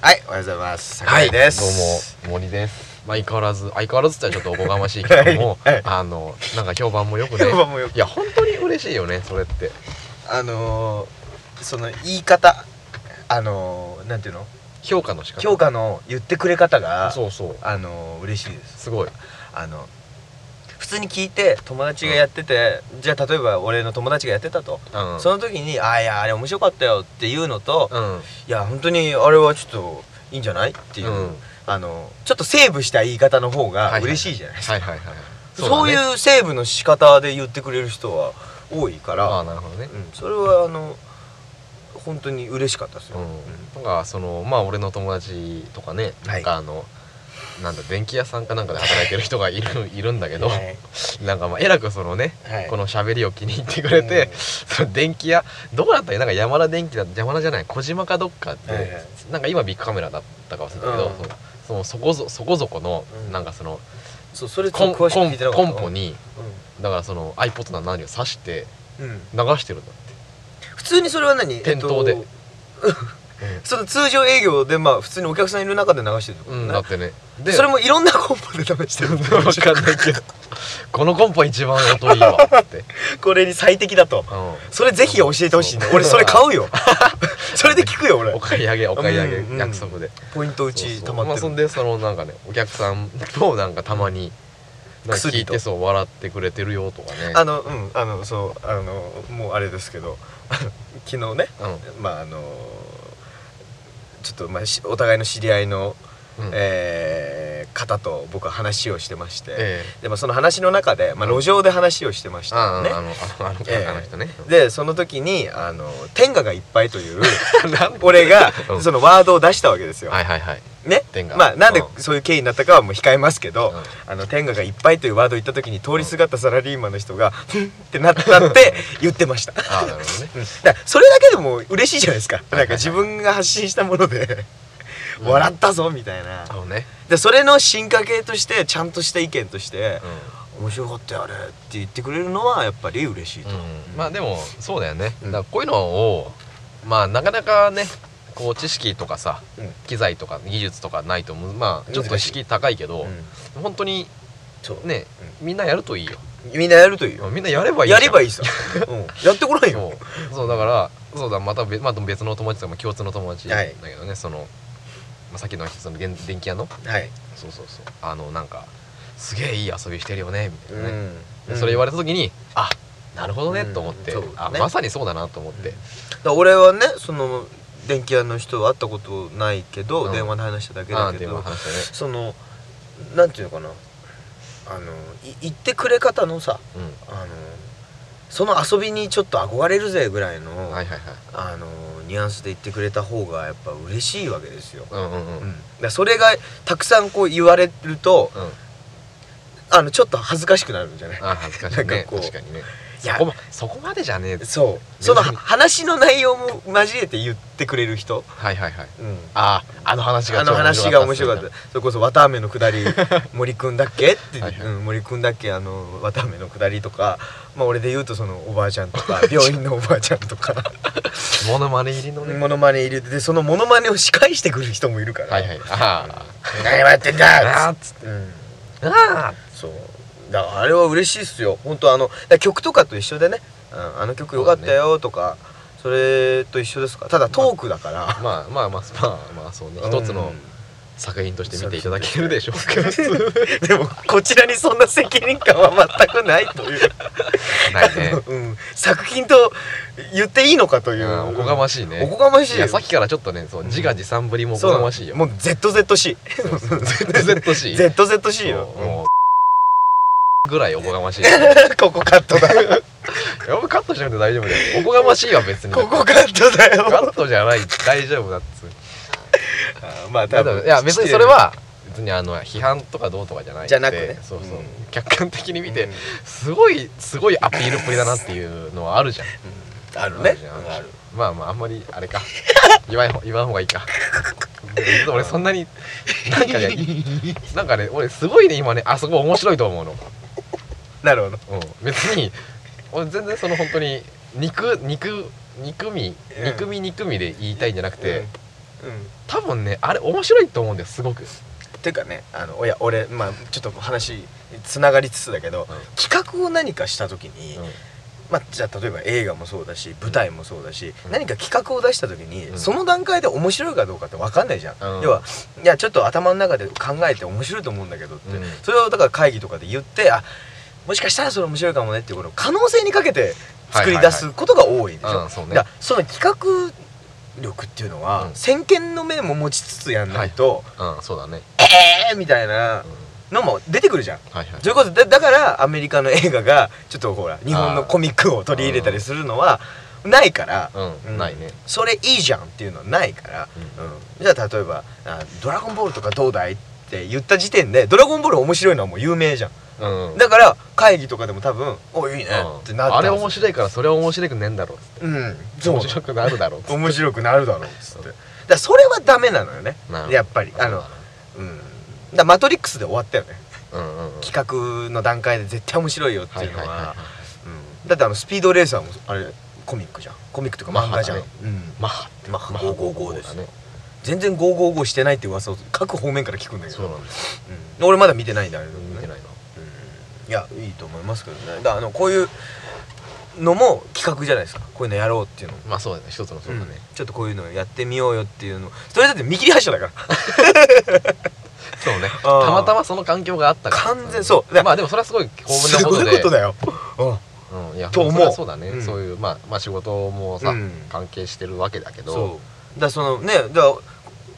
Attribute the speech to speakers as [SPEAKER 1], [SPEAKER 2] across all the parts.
[SPEAKER 1] はい、おはようございます。
[SPEAKER 2] は
[SPEAKER 1] 桜
[SPEAKER 2] い、
[SPEAKER 1] 井で
[SPEAKER 2] ど
[SPEAKER 1] す。
[SPEAKER 2] うも森です。まあ相変わらず相変わらずってのはちょっとおこがましいけども、
[SPEAKER 1] はいはい
[SPEAKER 2] あのなんか評判も良くね。
[SPEAKER 1] 評判も良く
[SPEAKER 2] いや本当に嬉しいよねそれって。
[SPEAKER 1] あのー、その言い方、あのー、なんていうの、
[SPEAKER 2] 評価の仕方。
[SPEAKER 1] 評価の言ってくれ方が、
[SPEAKER 2] そうそう。
[SPEAKER 1] あのー、嬉しいです。
[SPEAKER 2] すごい。
[SPEAKER 1] あの、普通に聞いて友達がやってて、じゃあ例えば俺の友達がやってたと、
[SPEAKER 2] うん。
[SPEAKER 1] その時に、あーいやあれ面白かったよっていうのと、
[SPEAKER 2] うん。
[SPEAKER 1] いや本当にあれはちょっといいんじゃないっていう、
[SPEAKER 2] うん
[SPEAKER 1] あのちょっとセーブした言い方の方が嬉しいじゃないですか。
[SPEAKER 2] はいはいはい。
[SPEAKER 1] そう
[SPEAKER 2] うだね。
[SPEAKER 1] いうセーブの仕方で言ってくれる人は多いから、
[SPEAKER 2] ああなるほどね。
[SPEAKER 1] うん、それはあの本当に嬉しかったですよ、
[SPEAKER 2] うん。なんかそのまあ俺の友達とかね、
[SPEAKER 1] はい
[SPEAKER 2] なんかあの。なんだ電気屋さんかなんかで働いてる人がいるいるんだけど、
[SPEAKER 1] はい
[SPEAKER 2] なんかまあえらくそのね、
[SPEAKER 1] はい
[SPEAKER 2] この喋りを気に入ってくれて、
[SPEAKER 1] うん
[SPEAKER 2] その電気屋どうだったっけなんか山田電機だ山田じゃない小島かどっかって、
[SPEAKER 1] はいはい
[SPEAKER 2] なんか今ビッグカメラだったか忘れたけど、
[SPEAKER 1] うん
[SPEAKER 2] そのそのそこぞそこそこの、
[SPEAKER 1] うん
[SPEAKER 2] なんかその
[SPEAKER 1] そうそれち
[SPEAKER 2] コ
[SPEAKER 1] ょっ
[SPEAKER 2] ン
[SPEAKER 1] と詳しく
[SPEAKER 2] コ
[SPEAKER 1] 聞
[SPEAKER 2] ン
[SPEAKER 1] いてなかった
[SPEAKER 2] コンポにだからその iPod な何を挿して
[SPEAKER 1] うん、うん
[SPEAKER 2] 流してるんだっ
[SPEAKER 1] 普通にそれは何
[SPEAKER 2] 店頭で
[SPEAKER 1] えっと その通常営業でまあ普通にお客さんいる中で流してるって
[SPEAKER 2] て、う
[SPEAKER 1] こと
[SPEAKER 2] ん、
[SPEAKER 1] ね
[SPEAKER 2] だってねで
[SPEAKER 1] でそれもいろんなコンポで試してる
[SPEAKER 2] 分かんないけどこのコンポ一番音いいわ って、
[SPEAKER 1] これに最適だと
[SPEAKER 2] う
[SPEAKER 1] それぜひ教えてほしいね俺それ買 うよそれで聞くよ俺
[SPEAKER 2] ん、お買い上げお買い上
[SPEAKER 1] うんう
[SPEAKER 2] げ
[SPEAKER 1] ん
[SPEAKER 2] 約束で、
[SPEAKER 1] ポイントうち溜まって
[SPEAKER 2] あ、
[SPEAKER 1] る
[SPEAKER 2] そんでそのなんかねお客さんもなんかたまに、なんか聞
[SPEAKER 1] 薬
[SPEAKER 2] い
[SPEAKER 1] と
[SPEAKER 2] てそう笑ってくれてるよとかね
[SPEAKER 1] あのうんあのそうあのもうあれですけど昨日ねまああのちょっと、まあ、しお互いの知り合いの、
[SPEAKER 2] うん、うん、
[SPEAKER 1] えー方と僕は話をしてまして、
[SPEAKER 2] え
[SPEAKER 1] でまあ、その話の中で、まあ、路上で話をしてまし
[SPEAKER 2] えあ
[SPEAKER 1] た
[SPEAKER 2] あ、
[SPEAKER 1] ね
[SPEAKER 2] あのあのあの,、
[SPEAKER 1] ええ
[SPEAKER 2] あの人 ね
[SPEAKER 1] でその時にあの「天下がいっぱい」という
[SPEAKER 2] なんで
[SPEAKER 1] 俺が
[SPEAKER 2] うん
[SPEAKER 1] そのワードを出したわけですよ。
[SPEAKER 2] はいはいはい
[SPEAKER 1] ね
[SPEAKER 2] 天下
[SPEAKER 1] まあ、なんで
[SPEAKER 2] うん
[SPEAKER 1] そういう経緯になったかはもう控えますけど、
[SPEAKER 2] う
[SPEAKER 1] あの天下がいっぱいというワードを言った時に通りすがったサラリーマンの人が「ふん」ってなった って言ってました。
[SPEAKER 2] ああなるほどね
[SPEAKER 1] うんだからそれだけでも嬉しいじゃないですか
[SPEAKER 2] い
[SPEAKER 1] なんか自分が発信したもので
[SPEAKER 2] うん
[SPEAKER 1] 笑ったぞみたいな、
[SPEAKER 2] そうね、
[SPEAKER 1] でそれの進化系としてちゃんとした意見として
[SPEAKER 2] うん
[SPEAKER 1] 「面白かったよあれ」って言ってくれるのはやっぱり嬉しいと、
[SPEAKER 2] うん、まあでもそうだよね、
[SPEAKER 1] うん
[SPEAKER 2] だからこういうのをまあなかなかねこう知識とかさ
[SPEAKER 1] うん
[SPEAKER 2] 機材とか技術とかないとむまあちょっと
[SPEAKER 1] 難しい
[SPEAKER 2] 敷居高いけど、
[SPEAKER 1] うん
[SPEAKER 2] 本当に
[SPEAKER 1] そう
[SPEAKER 2] ねみんなやるといいよ
[SPEAKER 1] みんなやるといいよ
[SPEAKER 2] みんなやればいいじゃ
[SPEAKER 1] や
[SPEAKER 2] ん
[SPEAKER 1] ればいいさ、うん、やってこないよ
[SPEAKER 2] そうそうだからそうだまた別,、まあ、別の友達とかも共通の友達だ
[SPEAKER 1] はい
[SPEAKER 2] けどね、その、まあ、さっきのその電電気屋の
[SPEAKER 1] はい、
[SPEAKER 2] そうそうそうあのなんかすげえいい遊びしてるよねみた
[SPEAKER 1] う
[SPEAKER 2] いなね、
[SPEAKER 1] ん
[SPEAKER 2] でそれ言わ
[SPEAKER 1] れ
[SPEAKER 2] れた時にあなるほどねと思って、
[SPEAKER 1] うんそう
[SPEAKER 2] あ
[SPEAKER 1] ね
[SPEAKER 2] まさにそうだなと思って、
[SPEAKER 1] 俺はねその電気屋の人は会ったことないけど、
[SPEAKER 2] うん
[SPEAKER 1] 電話で話しただけ
[SPEAKER 2] ああ
[SPEAKER 1] だ
[SPEAKER 2] っ
[SPEAKER 1] け
[SPEAKER 2] て
[SPEAKER 1] ど
[SPEAKER 2] 今話し
[SPEAKER 1] そのなんていうのかなあのい言ってくれ方のさ
[SPEAKER 2] たね
[SPEAKER 1] あのその遊びにちょっと憧れるぜぐらい
[SPEAKER 2] うん
[SPEAKER 1] の、
[SPEAKER 2] はいはいはい
[SPEAKER 1] あのニュアンスで言ってくれた方がやっぱ嬉しいわけですよ。
[SPEAKER 2] うんうんうん
[SPEAKER 1] う
[SPEAKER 2] うん
[SPEAKER 1] ん、だからそれがたくさんこう言われるとあのちょっと恥ずかしくなるんじゃない
[SPEAKER 2] あ恥ずかしい
[SPEAKER 1] なん
[SPEAKER 2] ね
[SPEAKER 1] かこう
[SPEAKER 2] 確かにね
[SPEAKER 1] い
[SPEAKER 2] そ
[SPEAKER 1] や
[SPEAKER 2] こ,、ま、そこまでじゃねえ
[SPEAKER 1] そうその
[SPEAKER 2] 別に
[SPEAKER 1] 話の内容も交えて言ってくれる人、
[SPEAKER 2] はいはいはい
[SPEAKER 1] うん、
[SPEAKER 2] あああの話が
[SPEAKER 1] あの話が面白か
[SPEAKER 2] た
[SPEAKER 1] ったそれこそ綿飴のくだ り森くんだっけって、
[SPEAKER 2] はいはい
[SPEAKER 1] うん、森くんだっけあの綿飴のくだりとか、まあ、俺で言うとそのおばあちゃんと か病院のおばあちゃんとか
[SPEAKER 2] モノマネ入りのね、
[SPEAKER 1] モノマネ入れてでそのモノマネを仕返してくる人もいるから
[SPEAKER 2] はいはいあ
[SPEAKER 1] 何やってんだ
[SPEAKER 2] あ
[SPEAKER 1] っつって、うん、
[SPEAKER 2] あああ
[SPEAKER 1] そうだからあれは嬉しいっすよ本当あのだから曲とかと一緒でね、うん、あの曲良かったよとかそれと一緒ですからただトークだから、
[SPEAKER 2] まあまあまあまあまあそうね一つの
[SPEAKER 1] うん
[SPEAKER 2] 作品として見ていただけるでしょうか
[SPEAKER 1] でもこちらにそんな責任感は全くないと いう、
[SPEAKER 2] ないね
[SPEAKER 1] あのうん、作品と言っていいのかというう、
[SPEAKER 2] んおこがましいね
[SPEAKER 1] おこがましい
[SPEAKER 2] いやさっきからちょっとねそう自画自賛ぶりもおこ
[SPEAKER 1] そうな
[SPEAKER 2] が
[SPEAKER 1] の
[SPEAKER 2] ましいよ
[SPEAKER 1] もう ZZC
[SPEAKER 2] そうそう ZZC
[SPEAKER 1] ZZC よ、
[SPEAKER 2] そうもうぐらいおこがましい
[SPEAKER 1] ここカットだ
[SPEAKER 2] やばいカットしなくて大丈夫だよおこがましいは別に
[SPEAKER 1] ここカットだ
[SPEAKER 2] カ
[SPEAKER 1] よ
[SPEAKER 2] ットじゃない大丈夫だっつう
[SPEAKER 1] あまあ
[SPEAKER 2] だからいや別にそれは別にあの批判とかどうとかじゃない
[SPEAKER 1] じゃなくね
[SPEAKER 2] そうそう
[SPEAKER 1] うん
[SPEAKER 2] 客観的に見て
[SPEAKER 1] うん
[SPEAKER 2] すごいすごいアピールっぷりだなっていうのはあるじゃん
[SPEAKER 1] あるね
[SPEAKER 2] じゃん
[SPEAKER 1] ある
[SPEAKER 2] まあまああんまりあれ か言わんほ言わんほうがいいか俺そんなになんかねなんかね俺すごいね今ねあそこ面白いと思うの、
[SPEAKER 1] なるほど
[SPEAKER 2] うん、別に俺全然その本当に肉肉憎み
[SPEAKER 1] うん
[SPEAKER 2] 憎み憎みで言いたいんじゃなくて、
[SPEAKER 1] うんうん
[SPEAKER 2] 多分ねあれ面白いと思うんだよすごく
[SPEAKER 1] てかねあのおや俺まあちょっと話つながりつつだけど、
[SPEAKER 2] う
[SPEAKER 1] 企画を何かした時に、
[SPEAKER 2] ん
[SPEAKER 1] まあ、じゃあ例えば映画もそうだし舞台もそうだし、
[SPEAKER 2] うん
[SPEAKER 1] 何か企画を出した時に、
[SPEAKER 2] うん
[SPEAKER 1] その段階で面白いかどうかって分かんないじゃん、
[SPEAKER 2] うん
[SPEAKER 1] 要はいやちょっと頭の中で考えて面白いと思うんだけどって、
[SPEAKER 2] うん
[SPEAKER 1] それをだから会議とかで言ってあもしかしたらそれ面白いかもねっていうことを可能性にかけて作り出すことが多いでしょ、
[SPEAKER 2] うんそうね
[SPEAKER 1] だからその企画力っていうのは、
[SPEAKER 2] うん
[SPEAKER 1] 先見の目も持ちつつやんないと、
[SPEAKER 2] うんそうだね
[SPEAKER 1] えーみたいな
[SPEAKER 2] うん
[SPEAKER 1] のも出てくるじゃん
[SPEAKER 2] はいはい
[SPEAKER 1] それこそだだからアメリカの映画がちょっとほら日本のコミックを取り入れたりするのはないから、
[SPEAKER 2] う
[SPEAKER 1] うん
[SPEAKER 2] んないね
[SPEAKER 1] それいいじゃんっていうのはないから、
[SPEAKER 2] う
[SPEAKER 1] うんじゃあ例えばあ「ドラゴンボール」とかどうだいって言った時点で「ドラゴンボール」面白いのはもう有名じゃん
[SPEAKER 2] うん
[SPEAKER 1] だから会議とかでも多分「おいいね」ってなって
[SPEAKER 2] あれ面
[SPEAKER 1] い
[SPEAKER 2] 白いからそれは面白くねえんだろう
[SPEAKER 1] うんそう
[SPEAKER 2] 面白くなるだろう
[SPEAKER 1] 面白くなるだろうっつってだからそれはダメなのよね
[SPEAKER 2] なるほど
[SPEAKER 1] やっぱり あのうんだからマトリックスで終わったよね
[SPEAKER 2] うんうんうん
[SPEAKER 1] 企画の段階で絶対面白いよって
[SPEAKER 2] はい
[SPEAKER 1] いう
[SPEAKER 2] はい
[SPEAKER 1] のは,、
[SPEAKER 2] はいはい
[SPEAKER 1] うん、だってあのスピードレーサーもあれコミックじゃんコミックというか漫画じゃん、
[SPEAKER 2] まあね
[SPEAKER 1] うん、
[SPEAKER 2] マッハ
[SPEAKER 1] まあ
[SPEAKER 2] マッハ
[SPEAKER 1] 555です
[SPEAKER 2] だね
[SPEAKER 1] 全然555してないって噂を各方面から聞くんだけ
[SPEAKER 2] そう
[SPEAKER 1] ど、
[SPEAKER 2] なんです
[SPEAKER 1] うん、俺まだ見てないんだけど、ね、
[SPEAKER 2] 見てないな
[SPEAKER 1] うん、いやいいと思いますけどねだからあのこういうのも企画じゃないですかこういうのやろうっていうのも
[SPEAKER 2] まあそうだね一つのそうだね
[SPEAKER 1] んちょっとこういうのやってみようよっていうのそれだって見切り発車だから
[SPEAKER 2] そうね
[SPEAKER 1] あー
[SPEAKER 2] たまたまその環境があったから
[SPEAKER 1] 完全そう
[SPEAKER 2] ねまあでもそれはすごい幸運な
[SPEAKER 1] す
[SPEAKER 2] こ
[SPEAKER 1] ご
[SPEAKER 2] と
[SPEAKER 1] い
[SPEAKER 2] で
[SPEAKER 1] こと だよ、うん、
[SPEAKER 2] うんいや
[SPEAKER 1] と思う
[SPEAKER 2] そりゃそうだね、
[SPEAKER 1] うん
[SPEAKER 2] そういうまあまあ仕事もさ、
[SPEAKER 1] うん
[SPEAKER 2] 関係してるわけだけど
[SPEAKER 1] そうだからそのねだから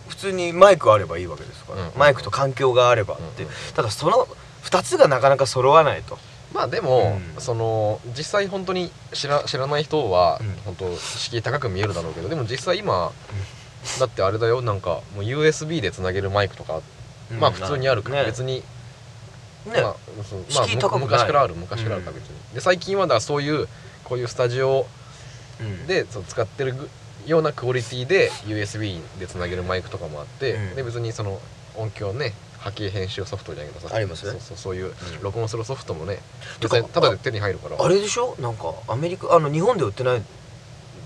[SPEAKER 1] 普通にマイクあればいいわけですから、
[SPEAKER 2] うん
[SPEAKER 1] マイクと環境があればって、
[SPEAKER 2] うんうん
[SPEAKER 1] ただその2つがなかなか揃わないと
[SPEAKER 2] まあでも、
[SPEAKER 1] うん
[SPEAKER 2] その実際本当に知ら知らない人は、
[SPEAKER 1] うん
[SPEAKER 2] 本当敷居高く見えるだろうけどでも実際今だってあれだよなんかもう USB でつなげるマイクとか、まあ普通にあるから、
[SPEAKER 1] ね
[SPEAKER 2] 別に、
[SPEAKER 1] ね、
[SPEAKER 2] まあそうまあ
[SPEAKER 1] 敷居高くない
[SPEAKER 2] む昔からある昔からあるから
[SPEAKER 1] うん
[SPEAKER 2] 別に、で最近はだからそういうこういうスタジオ
[SPEAKER 1] うん
[SPEAKER 2] でそう使ってるぐようなクオリティで USB でつなげるマイクとかもあって、
[SPEAKER 1] うん
[SPEAKER 2] で別にその音響ね波形編集ソフトじゃないけどさ
[SPEAKER 1] ありますね
[SPEAKER 2] そうそうそういう
[SPEAKER 1] うん
[SPEAKER 2] 録音するソフトもね、
[SPEAKER 1] て
[SPEAKER 2] 別
[SPEAKER 1] か
[SPEAKER 2] にただで手に入るから
[SPEAKER 1] あれでしょなんかアメリカあの日本で売ってないん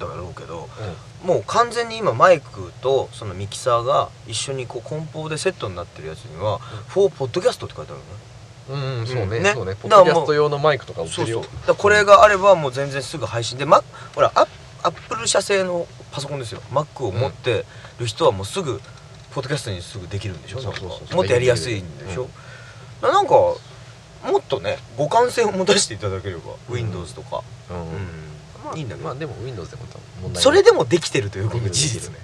[SPEAKER 1] だろうけど
[SPEAKER 2] う
[SPEAKER 1] もう完全に今マイクとそのミキサーが一緒にこう梱包でセットになってるやつには「フォーポッドキャスト」って書いてあるのね
[SPEAKER 2] ん、うんうん、そうね,、
[SPEAKER 1] うんね
[SPEAKER 2] そうね
[SPEAKER 1] だ
[SPEAKER 2] ポ
[SPEAKER 1] か
[SPEAKER 2] ッ
[SPEAKER 1] らも
[SPEAKER 2] ド
[SPEAKER 1] う
[SPEAKER 2] キャスト用のマイクとか売って
[SPEAKER 1] そう
[SPEAKER 2] る
[SPEAKER 1] そ
[SPEAKER 2] よ
[SPEAKER 1] うだからこれがあればもう全然すぐ配信で、ま、ほらアアップル社製のパソコンですよ Mac を持ってる人はもうすぐポッドキャストにすぐできるんでしょ
[SPEAKER 2] そうそうそう
[SPEAKER 1] なんかもっとやりやすいんでしょ、ななんかもっとね互換性を持たせていただければ、
[SPEAKER 2] ん
[SPEAKER 1] Windows とか、
[SPEAKER 2] うん
[SPEAKER 1] うんいいんだけど、
[SPEAKER 2] まあでも Windows でも多分問題ない
[SPEAKER 1] それでもできてるというこの事実ね